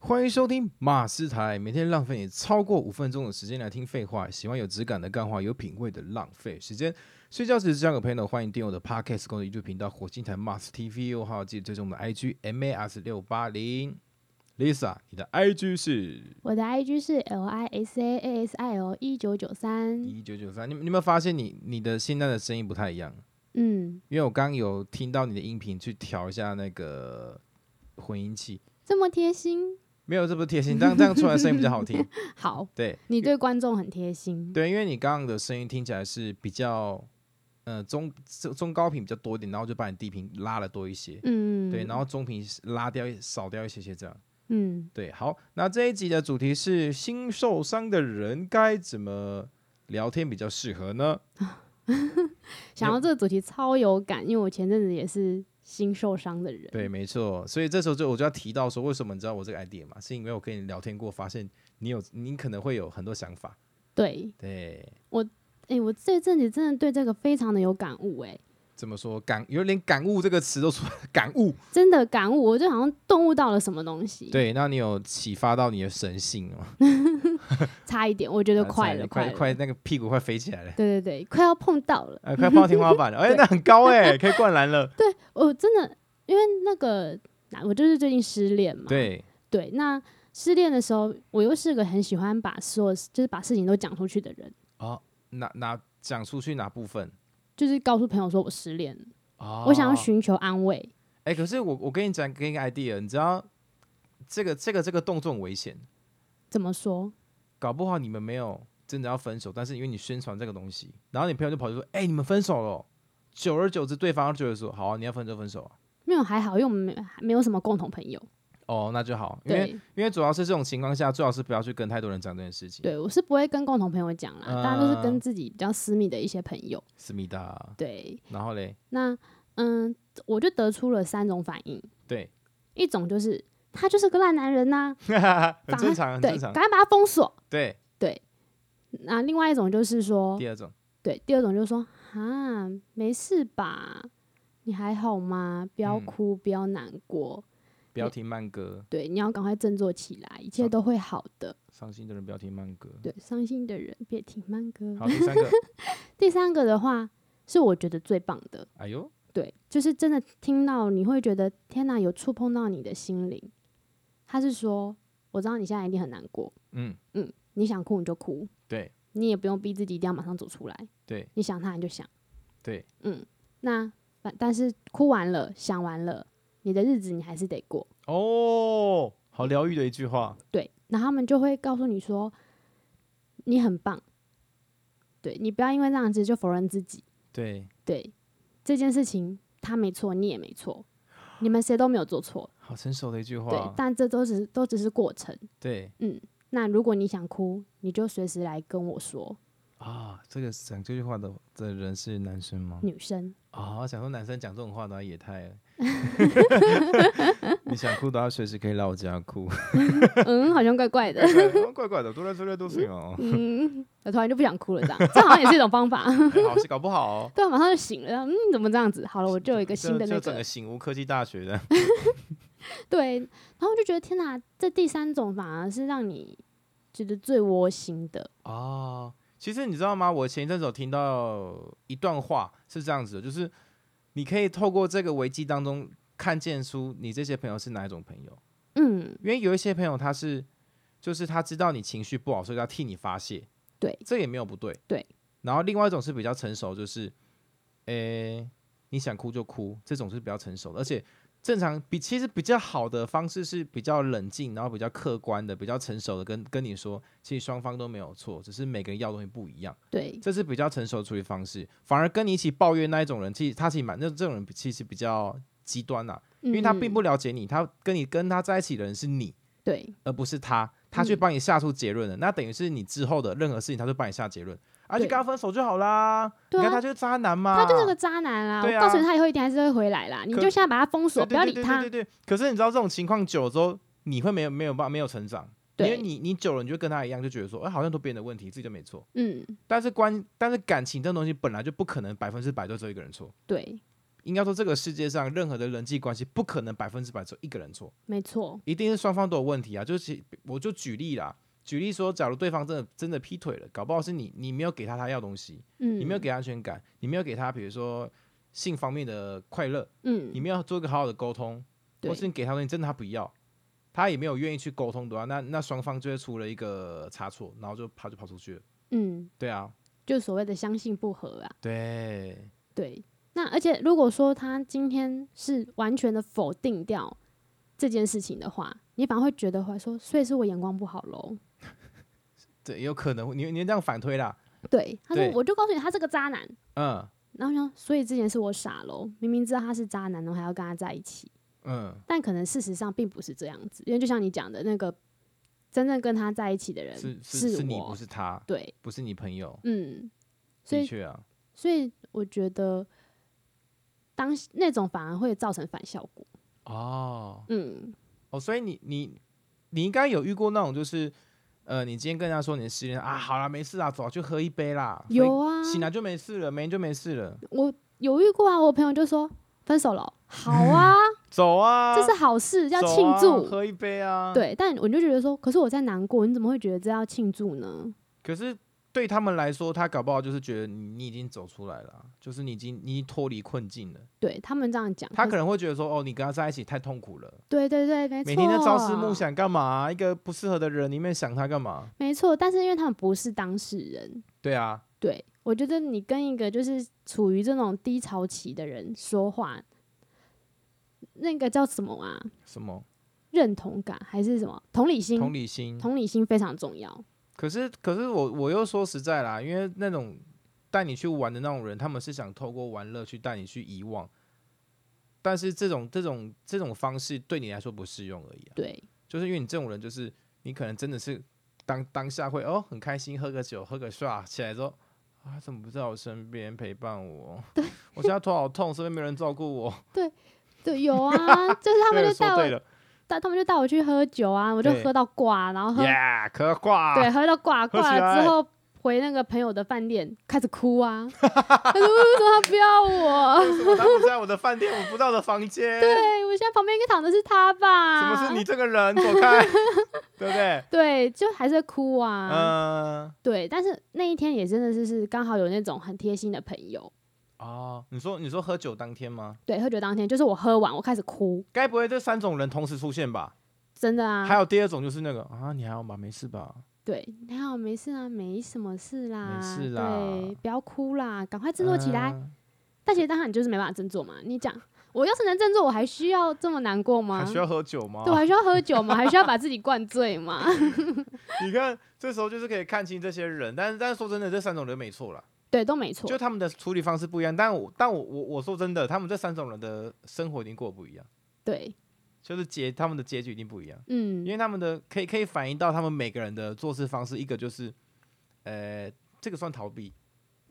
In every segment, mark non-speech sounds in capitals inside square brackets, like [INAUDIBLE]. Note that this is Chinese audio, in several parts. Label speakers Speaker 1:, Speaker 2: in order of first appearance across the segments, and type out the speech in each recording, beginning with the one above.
Speaker 1: 欢迎收听马斯台，每天浪费你超过五分钟的时间来听废话，喜欢有质感的干话，有品味的浪费时间。睡觉时交个朋友，欢迎订阅我的 Podcast 公众 YouTube 频道火星台 Mars TV 哦，还有记得追踪我们的 IG MAS 六八零。Lisa，你的 IG 是
Speaker 2: 我的 IG 是 L I S A A S I L 一九九三，
Speaker 1: 一九九三，你你有没有发现你你的现在的声音不太一样？
Speaker 2: 嗯，
Speaker 1: 因为我刚有听到你的音频去调一下那个混音器，
Speaker 2: 这么贴心，
Speaker 1: 没有这么贴心，这样这样出来声音比较好听。
Speaker 2: 好，
Speaker 1: 对，
Speaker 2: 你对观众很贴心，
Speaker 1: 对，因为你刚刚的声音听起来是比较，呃，中中中高频比较多一点，然后就把你低频拉了多一些，
Speaker 2: 嗯，
Speaker 1: 对，然后中频拉掉一少掉一些些这样。
Speaker 2: 嗯，
Speaker 1: 对，好，那这一集的主题是新受伤的人该怎么聊天比较适合呢？
Speaker 2: 想到这个主题超有感，因为我前阵子也是新受伤的人，
Speaker 1: 对，没错，所以这时候就我就要提到说，为什么你知道我这个 idea 嘛？是因为我跟你聊天过，发现你有你可能会有很多想法，
Speaker 2: 对，
Speaker 1: 对，
Speaker 2: 哎、我这阵子真的对这个非常的有感悟、诶，
Speaker 1: 怎么说感有连感悟这个词都出来， [LAUGHS] 感悟，
Speaker 2: 哎，真的感悟，我就好像顿悟到了什么东西，，
Speaker 1: 对，那你有启发到你的神性吗？
Speaker 2: 差一点，我觉得
Speaker 1: 啊
Speaker 2: 快
Speaker 1: 差
Speaker 2: 了，
Speaker 1: 点快
Speaker 2: 了，
Speaker 1: 快那个屁股快飞起来
Speaker 2: [LAUGHS]
Speaker 1: 了，
Speaker 2: 对对对，快要碰到了。
Speaker 1: 呃，快碰到天花板了，哎、
Speaker 2: 对
Speaker 1: 那很高哎、可以灌篮了。 [LAUGHS]
Speaker 2: 我真的因为那个，我就是最近失恋嘛，
Speaker 1: 对，
Speaker 2: 对，那失恋的时候，我又是个很喜欢把所有就是把事情都讲出去的人，
Speaker 1: 哦，哪哪讲出去哪部分？
Speaker 2: 就是告诉朋友说我失恋了，
Speaker 1: 哦
Speaker 2: 我想要寻求安慰。
Speaker 1: 哎、可是我我跟你讲，给你个 idea，你知道这个这个这个动作很危险，
Speaker 2: 怎么说？
Speaker 1: 搞不好你们没有真的要分手，但是因为你宣传这个东西，然后你朋友就跑去说，哎、你们分手了哦。久而久之，对方就觉得说，好啊、你要分手就分手啊。
Speaker 2: 没有还好，因为我们没有没有什么共同朋友。
Speaker 1: 哦，那就好，因为
Speaker 2: 对
Speaker 1: 因为主要是这种情况下，最好是不要去跟太多人讲这件事情。
Speaker 2: 对，我是不会跟共同朋友讲啦，大家都是
Speaker 1: 嗯
Speaker 2: 跟自己比较私密的一些朋友。
Speaker 1: 思密达，啊
Speaker 2: 对，
Speaker 1: 然后嘞，
Speaker 2: 那嗯，我就得出了三种反应，
Speaker 1: 对，
Speaker 2: 一种就是他就是个烂男人
Speaker 1: [LAUGHS]
Speaker 2: 呐、
Speaker 1: 很
Speaker 2: 把
Speaker 1: 正
Speaker 2: 他
Speaker 1: 常，很
Speaker 2: 对，
Speaker 1: 正
Speaker 2: 赶
Speaker 1: 常。
Speaker 2: 快把他封锁。
Speaker 1: 对，
Speaker 2: 那另外一种就是说，
Speaker 1: 第二种，
Speaker 2: 对，第二种就是说，啊，没事吧？你还好吗？不要
Speaker 1: 嗯
Speaker 2: 哭，不要难过，
Speaker 1: 不要听慢歌，
Speaker 2: 对，你要赶快振作起来，一切
Speaker 1: 好
Speaker 2: 都会好的。
Speaker 1: 伤心的人不要听慢歌。
Speaker 2: 对，伤心的人别听慢歌。
Speaker 1: 好，第三个， [LAUGHS]
Speaker 2: 第三个的话是我觉得最棒的，
Speaker 1: 哎呦，
Speaker 2: 对，就是真的听到你会觉得天哪，有触碰到你的心灵。他是说，我知道你现在一定很难过，
Speaker 1: 嗯，
Speaker 2: 你想哭你就哭，
Speaker 1: 对
Speaker 2: 你也不用逼自己一定要马上走出来，
Speaker 1: 对
Speaker 2: 你想他你就想。
Speaker 1: 对，
Speaker 2: 嗯，那但但是哭完了，想完了，你的日子你还是得过。
Speaker 1: 哦，好疗愈的一句话。
Speaker 2: 对，那他们就会告诉你说，你很棒。对你不要因为这样子就否认自己。
Speaker 1: 对，
Speaker 2: 对这件事情，他没错，你也没错，你们谁都没有做错。
Speaker 1: 好成熟的一句
Speaker 2: 对
Speaker 1: 话，。
Speaker 2: 但这都只是都只是过程。
Speaker 1: 对
Speaker 2: 那如果你想哭，你就随时来跟我说，
Speaker 1: 啊，这个讲这句话的的人是男生吗？
Speaker 2: 女生。
Speaker 1: 啊，想说男生讲这种话的话也太，你想哭的话随时可以来我家哭，
Speaker 2: 嗯，好像怪怪的。
Speaker 1: [LAUGHS] 怪怪的，多来多来都行
Speaker 2: [LAUGHS]
Speaker 1: 哦，
Speaker 2: 嗯，我突然就不想哭了，这样，这好像也是一种方法。
Speaker 1: 哎好是搞不好哦。
Speaker 2: 对啊，马上就醒了。嗯，怎么这样子？好了，我就有一个
Speaker 1: 就
Speaker 2: 新的那
Speaker 1: 就整
Speaker 2: 个
Speaker 1: 个。醒吾科技大学的，
Speaker 2: 对，然后我就觉得天哪，这第三种反而是让你觉得最窝心的。
Speaker 1: 哦，其实你知道吗？我前一阵子有听到一段话是这样子的，就是你可以透过这个危机当中看见出你这些朋友是哪一种朋友，
Speaker 2: 嗯，
Speaker 1: 因为有一些朋友他是就是他知道你情绪不好，所以他替你发泄，
Speaker 2: 对
Speaker 1: 这也没有不对，
Speaker 2: 对。
Speaker 1: 然后另外一种是比较成熟，就是，诶、你想哭就哭，这种是比较成熟的，而且正常比其实比较好的方式是比较冷静，然后比较客观的、比较成熟的跟跟你说，其实双方都没有错，只是每个人要的东西不一样，
Speaker 2: 对，
Speaker 1: 这是比较成熟的处理方式。反而跟你一起抱怨那一种人，其实他其实蛮那这种人其实比较极端呐、
Speaker 2: 因
Speaker 1: 因为他并不了解你，他跟你跟他在一起的人是你，
Speaker 2: 对，
Speaker 1: 而不是他，他去
Speaker 2: 嗯
Speaker 1: 帮你下出结论了，那等于是你之后的任何事情，他就帮你下结论，而且
Speaker 2: 对
Speaker 1: 跟他分手就好啦。
Speaker 2: 对
Speaker 1: 你
Speaker 2: 啊
Speaker 1: 看他就是渣男嘛，
Speaker 2: 他就是个渣男啦。
Speaker 1: 对
Speaker 2: 我
Speaker 1: 啊
Speaker 2: 告诉你，他以后一定还是会回来啦。你
Speaker 1: 可
Speaker 2: 就现在把他封锁，
Speaker 1: 对
Speaker 2: 不要理
Speaker 1: 对
Speaker 2: 他
Speaker 1: 对。对对对。可是你知道这种情况久了之后，你会没有没有办法没有成长，因为
Speaker 2: 对，
Speaker 1: 你你久了你就跟他一样，就觉得说，哎、好像都别人的问题，自己就没错。
Speaker 2: 嗯，
Speaker 1: 但是关但是感情这种东西本来就不可能百分之百都只有一个人错，
Speaker 2: 对，
Speaker 1: 应该说，这个世界上任何的人际关系不可能百分之百只有一个人错，
Speaker 2: 没错，
Speaker 1: 一定是双方都有问题啊。就是其我就举例啦，举例说，假如对方真的真的劈腿了，搞不好是你你没有给他他要东西，
Speaker 2: 嗯，
Speaker 1: 你没有给他安全感，你没有给他比如说性方面的快乐，你
Speaker 2: 嗯，
Speaker 1: 没有做一个好好的沟通，
Speaker 2: 对
Speaker 1: 或是你给他东西真的他不要，他也没有愿意去沟通的话，那那双方就会出了一个差错，然后就他就跑出去了。
Speaker 2: 嗯，
Speaker 1: 对啊，
Speaker 2: 就所谓的相信不合啊，
Speaker 1: 对，
Speaker 2: 对。那而且如果说他今天是完全的否定掉这件事情的话，你反而会觉得会说，所以是我眼光不好喽。
Speaker 1: 这也有可能，你你这样反推啦，
Speaker 2: 对，他说
Speaker 1: 对
Speaker 2: 我就告诉你，他是个渣男。
Speaker 1: 嗯
Speaker 2: 然后我想，所以之前是我傻喽，明明知道他是渣男，然后还要跟他在一起。
Speaker 1: 嗯，
Speaker 2: 但可能事实上并不是这样子，因为就像你讲的那个，真正跟他在一起的人
Speaker 1: 是是
Speaker 2: 我，
Speaker 1: 你不是他，
Speaker 2: 对，
Speaker 1: 不是你朋友，
Speaker 2: 嗯，所
Speaker 1: 的
Speaker 2: 以
Speaker 1: 确啊，
Speaker 2: 所以我觉得当那种反而会造成反效果，
Speaker 1: 哦
Speaker 2: 嗯，
Speaker 1: 哦，所以你你你应该有遇过那种就是。呃，你今天跟他说你的失恋啊，好啦，没事啦，走啊去喝一杯啦，所以
Speaker 2: 有啊，
Speaker 1: 醒来就没事了，没就没事了，
Speaker 2: 我有遇过啊，我朋友就说分手了，好啊，
Speaker 1: 走嗯啊，
Speaker 2: 这是好事，要
Speaker 1: 走
Speaker 2: 庆
Speaker 1: 啊
Speaker 2: 祝。
Speaker 1: 喝一杯啊，
Speaker 2: 对，但我就觉得说，可是我在难过，你怎么会觉得这要庆祝呢？
Speaker 1: 可是对他们来说，他搞不好就是觉得你你已经走出来了啊，就是你已经你已经脱离困境了。
Speaker 2: 对他们这样讲，
Speaker 1: 他可
Speaker 2: 是
Speaker 1: 能会觉得说，哦，你跟他在一起太痛苦了，
Speaker 2: 对对对，没错，
Speaker 1: 每天在朝思暮，想干嘛啊、一个不适合的人，你们想他干嘛？
Speaker 2: 没错。但是因为他们不是当事人，
Speaker 1: 对啊，
Speaker 2: 对，我觉得你跟一个就是处于这种低潮期的人说话，那个叫什么啊？
Speaker 1: 什么
Speaker 2: 认同感还是什么同理心？
Speaker 1: 同理心？
Speaker 2: 同理心非常重要。
Speaker 1: 可是可是我我又说实在啦，因为那种带你去玩的那种人，他们是想透过玩乐去带你去遗忘。但是这种这种这种方式对你来说不适用而已啊。
Speaker 2: 对，
Speaker 1: 就是因为你这种人，就是你可能真的是当当下会哦很开心，喝个酒，喝个耍，起来之后啊怎么不在我身边陪伴我？ [LAUGHS] 对，我现在头好痛，身边没人照顾我。
Speaker 2: 对，有啊，
Speaker 1: [LAUGHS]
Speaker 2: 就是他们
Speaker 1: 对，
Speaker 2: 就带
Speaker 1: 说对
Speaker 2: 我，
Speaker 1: 了
Speaker 2: 带他们就带我去喝酒啊，我就
Speaker 1: 对
Speaker 2: 喝到挂，然后喝，
Speaker 1: ，Yeah，可挂。
Speaker 2: 嗯对，啊喝到挂
Speaker 1: 喝起
Speaker 2: 挂了
Speaker 1: 来
Speaker 2: 之后。回那个朋友的饭店开始
Speaker 1: [LAUGHS]
Speaker 2: 哭啊！他说为什么他不要我？ [LAUGHS]
Speaker 1: 为什么他不在我的饭店，我不在我的房间？对，
Speaker 2: 对啊我现在旁边应该躺的是他吧？
Speaker 1: 怎么是你？这个人？走开， [LAUGHS] 对不对？
Speaker 2: 对，就还是会哭啊。
Speaker 1: 嗯，
Speaker 2: 对，但是那一天也真的是是刚好有那种很贴心的朋友，
Speaker 1: 哦，你说你说喝酒当天吗？
Speaker 2: 对，喝酒当天就是我喝完我开始哭，
Speaker 1: 该不会这三种人同时出现吧？
Speaker 2: 真的啊，
Speaker 1: 还有第二种就是那个啊，你还好吗？没事吧？
Speaker 2: 对，还好没事啊，没什么事啦，
Speaker 1: 事啦
Speaker 2: 对，不要哭啦，赶快振作起来。
Speaker 1: 嗯
Speaker 2: 但其实当然你就是没办法振作嘛，你讲我要是能振作，我还需要这么难过吗
Speaker 1: 还？需要喝酒吗？
Speaker 2: 啊对，啊我还需要喝酒吗？还需要把自己灌醉吗？
Speaker 1: [LAUGHS] 你看，这时候就是可以看清这些人，但是但是说真的，这三种人没错啦，
Speaker 2: 对，都没错
Speaker 1: 就，他们的处理方式不一样。但我但我我我说真的，他们这三种人的生活一定过得不一样，
Speaker 2: 对，
Speaker 1: 就是结他们的结局一定不一样，
Speaker 2: 嗯
Speaker 1: 因，为他们的可以可以反映到他们每个人的做事方式，一个就是，呃，这个算逃避，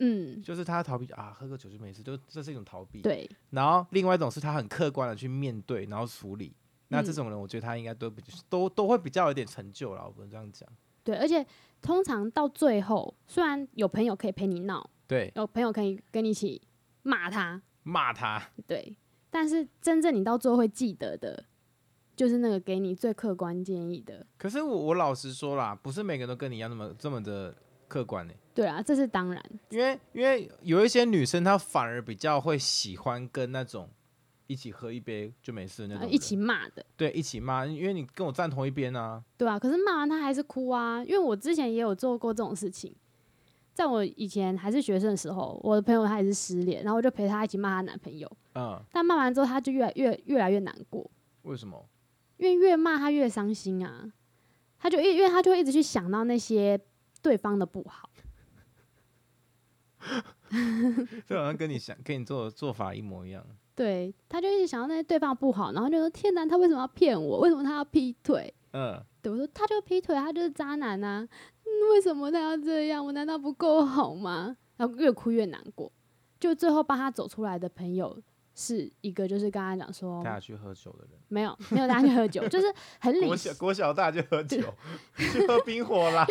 Speaker 2: 嗯，
Speaker 1: 就是他逃避啊，喝个酒就没事，就这是一种逃避。。
Speaker 2: 对，
Speaker 1: 然后另外一种是他很客观的去面对，然后处理。那
Speaker 2: 嗯
Speaker 1: 这种人，我觉得他应该都比都都会比较有点成就啦，我不能这样讲。
Speaker 2: 对，而且通常到最后，虽然有朋友可以陪你闹，
Speaker 1: 对，
Speaker 2: 有朋友可以跟你一起骂他，
Speaker 1: 骂他。
Speaker 2: 对，但是真正你到最后会记得的，就是那个给你最客观建议的。
Speaker 1: 可是我我老实说啦，不是每个人都跟你一样那么这么的客观呢、
Speaker 2: 对啊，这是当然。
Speaker 1: 因为因为有一些女生她反而比较会喜欢跟那种一起喝一杯就没事的那
Speaker 2: 呃
Speaker 1: 种人、
Speaker 2: 一起骂的，
Speaker 1: 对一起骂，因为你跟我站同一边啊，
Speaker 2: 对啊，可是骂完他还是哭啊，因为我之前也有做过这种事情。在我以前还是学生的时候，我的朋友她也是失恋，然后我就陪她一起骂她男朋友。
Speaker 1: 嗯，
Speaker 2: 但骂完之后，她就越来越越来越难过，
Speaker 1: 为什
Speaker 2: [LAUGHS]
Speaker 1: 么？
Speaker 2: 因为越骂她越伤心啊。她就一因为她就会一直去想到那些对方的不好，
Speaker 1: 这好像跟你想跟你做的做法一模一样。
Speaker 2: 对，她就一直想到那些对方不好，然后就说天哪，他为什么要骗我？为什么他要劈腿？
Speaker 1: 嗯，
Speaker 2: 对，我说他就劈腿，他就是渣男啊！嗯为什么他要这样？我难道不够好吗？然后越哭越难过，就最后帮他走出来的朋友是一个，就是跟他讲说
Speaker 1: 带他去喝酒的人，
Speaker 2: 没有没有带他去喝酒，就是很理
Speaker 1: 国小国小大就喝酒，去喝冰火 [LAUGHS] 啦，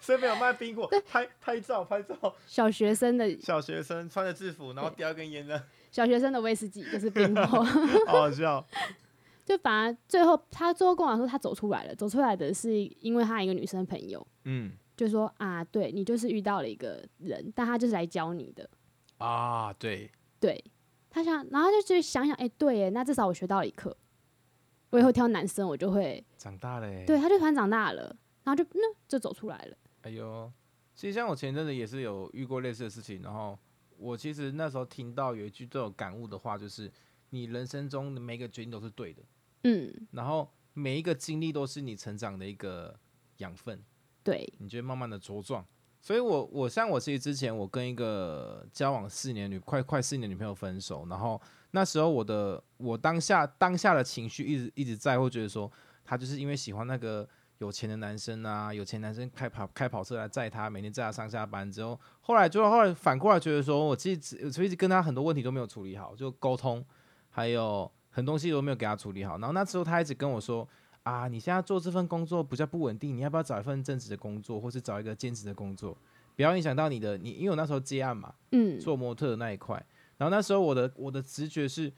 Speaker 1: 身边有卖冰火，拍拍照拍照，
Speaker 2: 小学生的
Speaker 1: 小学生穿着制服，然后叼一根烟呢，
Speaker 2: 小学生的威士忌就
Speaker 1: [LAUGHS]
Speaker 2: 是冰泡。
Speaker 3: 好好笑。
Speaker 2: [LAUGHS] 就反而最后他最后跟我讲说他走出来了，走出来的是因为他有一个女生朋友
Speaker 1: 嗯
Speaker 2: 就说啊，对你就是遇到了一个人，但他就是来教你的，
Speaker 1: 啊，对，
Speaker 2: 对他想，然后就去想想，哎、对耶，那至少我学到了一课，我以后挑男生我就会，
Speaker 1: 长大了、欸，
Speaker 2: 对，，他就突然长大了，然后就那、就走出来了，
Speaker 1: 哎呦，其实像我前阵子也是有遇过类似的事情，然后我其实那时候听到有一句最有感悟的话，就是你人生中的每个决定都是对的，
Speaker 2: 嗯，
Speaker 1: 然后每一个经历都是你成长的一个养分，
Speaker 2: 对，
Speaker 1: 你就会慢慢的茁壮。所以我我像我其实之前我跟一个交往四年女快快四年女朋友分手，然后那时候我的我当下当下的情绪一直一直在，会觉得说她就是因为喜欢那个有钱的男生啊，有钱男生开跑开跑车来载她，每天载她上下班之后，后来就后来反过来觉得说我其实我一直跟她很多问题都没有处理好，就沟通还有很多东西都没有给她处理好，然后那时候她一直跟我说啊，你现在做这份工作比较不稳定，你要不要找一份正职的工作，或是找一个兼职的工作，不要影响到你的你，因为我那时候接案嘛，
Speaker 2: 嗯，
Speaker 1: 做模特的那一块，然后那时候我的我的直觉是，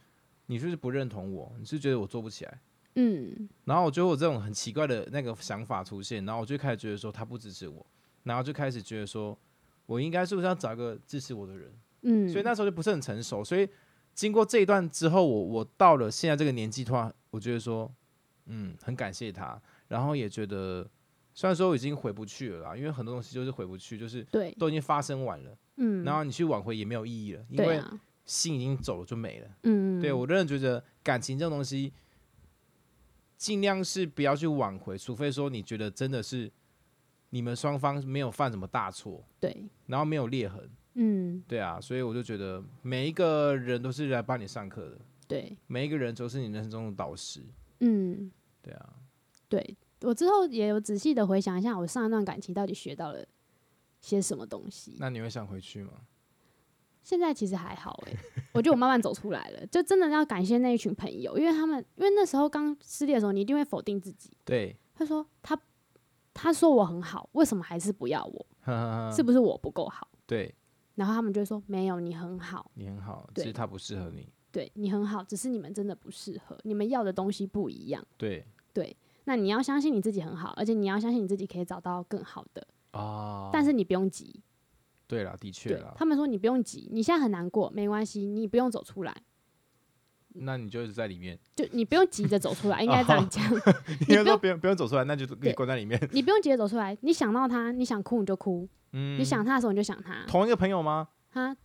Speaker 1: 你是不是不认同我，你是觉得我做不起来，
Speaker 2: 嗯，
Speaker 1: 然后我就有这种很奇怪的那个想法出现，然后我就开始觉得说他不支持我，然后就开始觉得说我应该是不是要找一个支持我的人，
Speaker 2: 嗯，
Speaker 1: 所以那时候就不是很成熟。所以经过这一段之后，我我到了现在这个年纪的话，我觉得说，嗯，很感谢他，然后也觉得虽然说已经回不去了啦，因为很多东西就是回不去，就是
Speaker 2: 对，
Speaker 1: 都已经发生完了，
Speaker 2: 嗯，
Speaker 1: 然后你去挽回也没有意义了，因
Speaker 2: 对
Speaker 1: 为
Speaker 2: 啊，
Speaker 1: 心已经走了就没了。
Speaker 2: 嗯，
Speaker 1: 对我真的觉得感情这种东西，尽量是不要去挽回，除非说你觉得真的是你们双方没有犯什么大错，
Speaker 2: 对，
Speaker 1: 然后没有裂痕。
Speaker 2: 嗯，
Speaker 1: 对啊，所以我就觉得每一个人都是来帮你上课的，
Speaker 2: 对，
Speaker 1: 每一个人都是你人生中的导师。
Speaker 2: 嗯，
Speaker 1: 对啊，
Speaker 2: 对我之后也有仔细的回想一下，我上一段感情到底学到了些什么东西。
Speaker 1: 那你会想回去吗？
Speaker 2: 现在其实还好诶、 [LAUGHS] 我觉得我慢慢走出来了，就真的要感谢那一群朋友，因为他们，因为那时候刚失恋的时候，你一定会否定自己。
Speaker 1: 对，
Speaker 2: 他说他他说我很好，为什么还是不要我？
Speaker 1: 嗯
Speaker 2: 是不是我不够好？
Speaker 1: 对
Speaker 2: 然后他们就会说没有，你很好，
Speaker 1: 你很好，只
Speaker 2: 对
Speaker 1: 是他不适合你。
Speaker 2: 对你很好，只是你们真的不适合，你们要的东西不一样。
Speaker 1: 对
Speaker 2: 对，那你要相信你自己很好，而且你要相信你自己可以找到更好的，
Speaker 3: 哦
Speaker 1: 啊，
Speaker 2: 但是你不用急。
Speaker 1: 对啦，的确啊
Speaker 2: 对
Speaker 1: 啦，
Speaker 2: 他们说你不用急，你现在很难过，没关系，你不用走出来，
Speaker 1: 那你就一直在里面，
Speaker 2: 就你不用急着走出来，应该这样讲，
Speaker 3: 应该
Speaker 2: 不
Speaker 3: 说
Speaker 2: 用
Speaker 3: 不用不用走出来，那就可以
Speaker 2: 对
Speaker 3: 关在里面。
Speaker 2: 你不用急着走出来，你想到他，你想哭你就哭，
Speaker 1: 嗯
Speaker 2: 你想他的时候你就想他。
Speaker 3: [LAUGHS] 同一个朋友吗？
Speaker 2: 他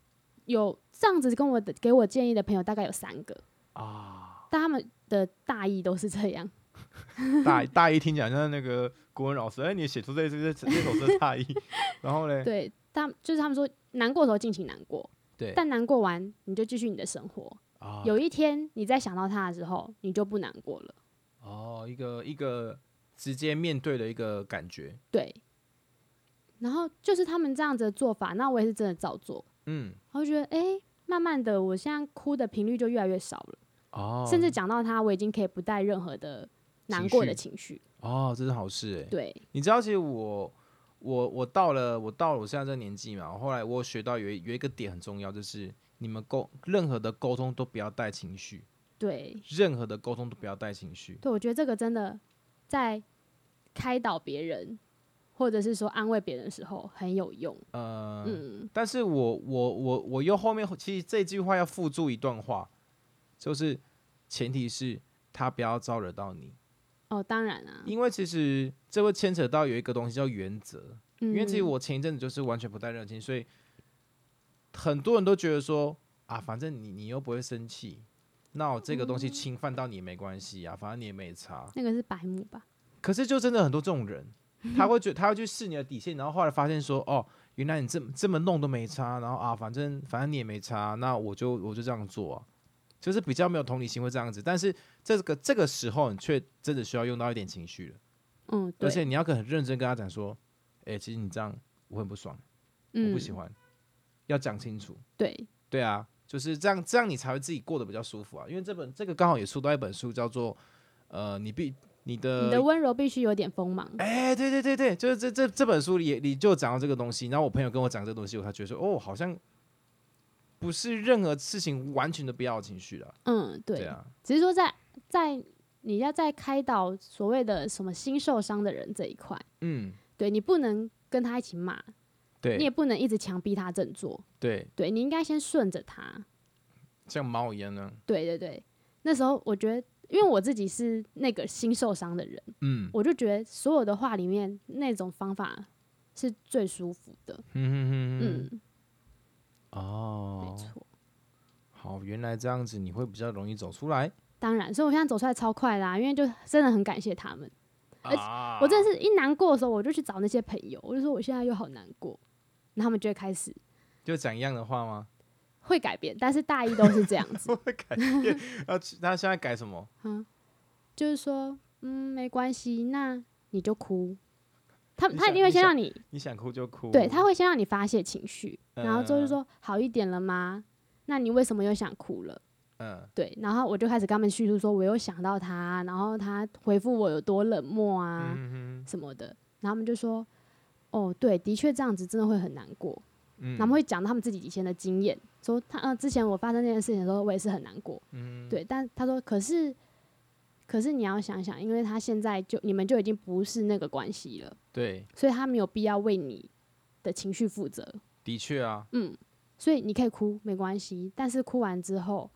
Speaker 2: 有这样子跟我的给我建议的朋友大概有三个，
Speaker 1: 啊，
Speaker 2: 但他们的大意都是这样，
Speaker 3: [LAUGHS] 大大一听讲像那个国文老师，哎，你写出这这这这首诗的大意， [LAUGHS] 然后嘞，
Speaker 2: 对，他就是他们说难过的时候尽情难过，
Speaker 1: 对
Speaker 2: 但难过完你就继续你的生活，
Speaker 1: 啊，
Speaker 2: 有一天你再想到他的时候，你就不难过了。
Speaker 1: 哦，一个一个直接面对的一个感觉，
Speaker 2: 对，然后就是他们这样子的做法，那我也是真的照做。
Speaker 1: 嗯，
Speaker 2: 然后觉得，诶，慢慢的，我现在哭的频率就越来越少了，
Speaker 1: 哦，
Speaker 2: 甚至讲到他，我已经可以不带任何的难过的情绪。
Speaker 1: 哦，这是好事哎。
Speaker 2: 对，
Speaker 1: 你知道，其实我我我到了我到了我现在这个年纪嘛，后来我有学到有一有一个点很重要，就是你们沟任何的沟通都不要带情绪，
Speaker 2: 对，
Speaker 1: 任何的沟通都不要带情绪。
Speaker 2: 对，我觉得这个真的在开导别人，或者是说安慰别人的时候很有用。
Speaker 1: 呃，
Speaker 2: 嗯，
Speaker 1: 但是我我我我又后面其实这句话要附注一段话，就是前提是他不要招惹到你，
Speaker 2: 哦，当然啊，
Speaker 1: 因为其实这会牵扯到有一个东西叫原则。
Speaker 2: 因
Speaker 1: 因为其实
Speaker 2: 嗯
Speaker 1: 我前一阵子就是完全不带热情，所以很多人都觉得说啊，反正你你又不会生气，那我这个东西侵犯到你也没关系啊，反正你也没差。
Speaker 2: 那个是白目吧？
Speaker 1: 可是就真的很多这种人，他会觉他会去试你的底线，然后后来发现说哦，原来你这么这么弄都没差，然后啊，反正反正你也没差，那我就我就这样做啊，就是比较没有同理心会这样子。但是这个这个时候，你却真的需要用到一点情绪了，
Speaker 2: 嗯，
Speaker 1: 而
Speaker 2: 对，
Speaker 1: 且你要很认真跟他讲说，哎、其实你这样我很不爽。我
Speaker 2: 嗯，
Speaker 1: 不喜。欢，要讲清楚。
Speaker 2: 对，
Speaker 1: 对啊，就是这样，这样你才会自己过得比较舒服啊。因为这本这个刚好也出到一本书，叫做呃，你必你的
Speaker 2: 你的温柔必须有点锋芒。
Speaker 1: 呃哎、对对对对，就是这这这本书里也你就讲到这个东西，然后我朋友跟我讲这个东西，我才觉得说哦，好像不是任何事情完全的不要有情绪的，
Speaker 2: 嗯，对，
Speaker 1: 对啊，
Speaker 2: 只是说在在你要在开导所谓的什么新受伤的人这一块，
Speaker 1: 嗯，
Speaker 2: 对你不能跟他一起骂，你
Speaker 1: 对
Speaker 2: 也不能一直强逼他振作，
Speaker 1: 对，
Speaker 2: 对你应该先顺着他，
Speaker 1: 像猫一样呢，
Speaker 2: 对对对。那时候我觉得，因为我自己是那个新受伤的人，
Speaker 1: 嗯
Speaker 2: 我就觉得所有的话里面那种方法是最舒服的，
Speaker 1: 嗯嗯嗯，
Speaker 2: 嗯，没
Speaker 1: 哦，
Speaker 2: 错。
Speaker 1: 好，原来这样子你会比较容易走出来，
Speaker 2: 当然，所以我现在走出来超快啦，因为就真的很感谢他们。而且
Speaker 1: 啊
Speaker 2: 我真的是一难过的时候，我就去找那些朋友，我就说我现在又好难过，然后他们就会开始
Speaker 1: 就讲一样的话 [LAUGHS] 吗？
Speaker 2: 会改变，但是大一都是这样子， [LAUGHS]
Speaker 1: 会改变，那那现在改什么？
Speaker 2: 就是说，嗯，没关系，那你就哭。他
Speaker 1: 你
Speaker 2: 他
Speaker 1: 想
Speaker 2: 一定会
Speaker 1: 你
Speaker 2: 先
Speaker 1: 想
Speaker 2: 让你，
Speaker 1: 你想哭就哭，
Speaker 2: 对他会先让你发泄情绪，然后之后就
Speaker 1: 嗯
Speaker 2: 说好一点了吗？那你为什么又想哭了？
Speaker 1: 嗯
Speaker 2: 对，然后我就开始跟他们叙述说，我又想到他，啊然后他回复我有多冷漠啊、
Speaker 1: 嗯
Speaker 2: 什么的，然后他们就说，哦，对，的确这样子真的会很难过，
Speaker 1: 嗯
Speaker 2: 他们会讲他们自己以前的经验，说他呃之前我发生这件事情的时候，我也是很难过，
Speaker 1: 嗯，
Speaker 2: 对，但他说可是可是你要想想，因为他现在就你们就已经不是那个关系了，
Speaker 1: 对，
Speaker 2: 所以他没有必要为你的情绪负责，
Speaker 1: 的确啊，
Speaker 2: 嗯，所以你可以哭没关系，但是哭完之后，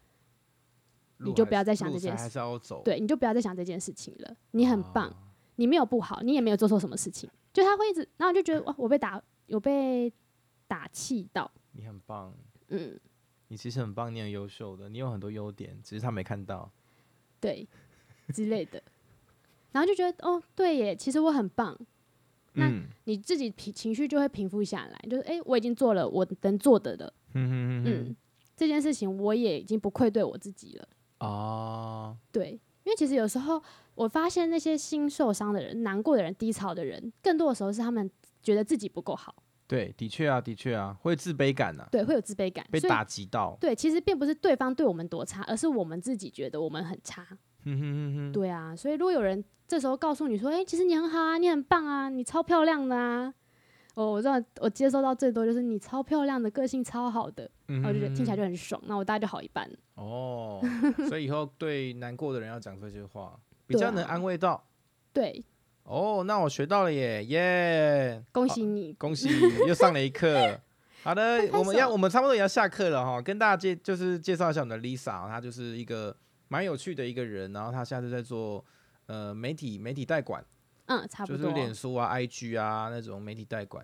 Speaker 1: 路
Speaker 2: 你就
Speaker 1: 还
Speaker 2: 不要
Speaker 1: 是
Speaker 2: 再想
Speaker 1: 路
Speaker 2: 这件
Speaker 1: 才还
Speaker 2: 事
Speaker 1: 是要走，
Speaker 2: 对，你就不要再想这件事情了，你很棒，
Speaker 1: 啊
Speaker 2: 你没有不好，你也没有做错什么事情，就他会一直，然后我就觉得哇，我被打，有被打气到，
Speaker 1: 你很棒，
Speaker 2: 嗯。
Speaker 1: 你其实很棒，你很优秀的，你有很多优点，只是他没看到。
Speaker 2: 对之类的，然后就觉得哦，对耶，其实我很棒，那
Speaker 1: 嗯
Speaker 2: 你自己平情绪就会平复下来，就是哎、诶我已经做了我能做的了，
Speaker 1: 嗯
Speaker 2: 嗯，这件事情我也已经不愧对我自己了，
Speaker 1: 啊，
Speaker 2: 对，因为其实有时候我发现那些心受伤的人、难过的人、低潮的人，更多的时候是他们觉得自己不够好，
Speaker 1: 对，的确啊，的确啊，会自卑感呐、啊，
Speaker 2: 对，会有自卑感，
Speaker 1: 被
Speaker 2: 所以
Speaker 1: 打击到。
Speaker 2: 对，其实并不是对方对我们多差，而是我们自己觉得我们很差，
Speaker 1: 嗯哼哼哼，
Speaker 2: 对啊，所以如果有人这时候告诉你说：“哎、其实你很好啊，你很棒啊，你超漂亮的啊。”哦，我知道，我接收到最多就是你超漂亮的，个性超好的，
Speaker 1: 嗯
Speaker 2: 然哦后我就觉得听起来
Speaker 1: 就
Speaker 2: 就很爽，那我大概就好一半了。 [LAUGHS]
Speaker 1: 哦，所以以后对难过的人要讲这些话，比
Speaker 2: 对
Speaker 1: 较
Speaker 2: 啊
Speaker 1: 能安慰到。
Speaker 2: 对，
Speaker 1: 哦，那我学到了耶，耶！
Speaker 2: 恭喜你，
Speaker 1: 恭喜 [LAUGHS] 又上了一课。好的
Speaker 2: 拍，拍
Speaker 1: 我们要
Speaker 2: 手
Speaker 1: 我们差不多也要下课了哈，跟大家介就是介绍一下我们的 Lisa，她就是一个蛮有趣的一个人，然后她现在就在做呃媒体媒体代管，
Speaker 2: 嗯，差
Speaker 1: 就
Speaker 2: 不
Speaker 1: 是
Speaker 2: 多。
Speaker 1: 脸书啊、IG 啊那种媒体代管。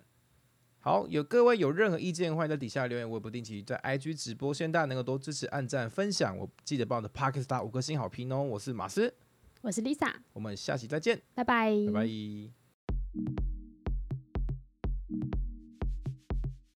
Speaker 1: 好，有各位有任何意见的话，在底下留言，我也不定期在 IG 直播，希望大家能够多支持、按赞、分享。我记得帮我的 p a k i s t a 五颗星好评哦。我是马斯，
Speaker 2: 我是 Lisa，
Speaker 1: 我们下期再见，
Speaker 2: 拜拜，
Speaker 1: 拜拜。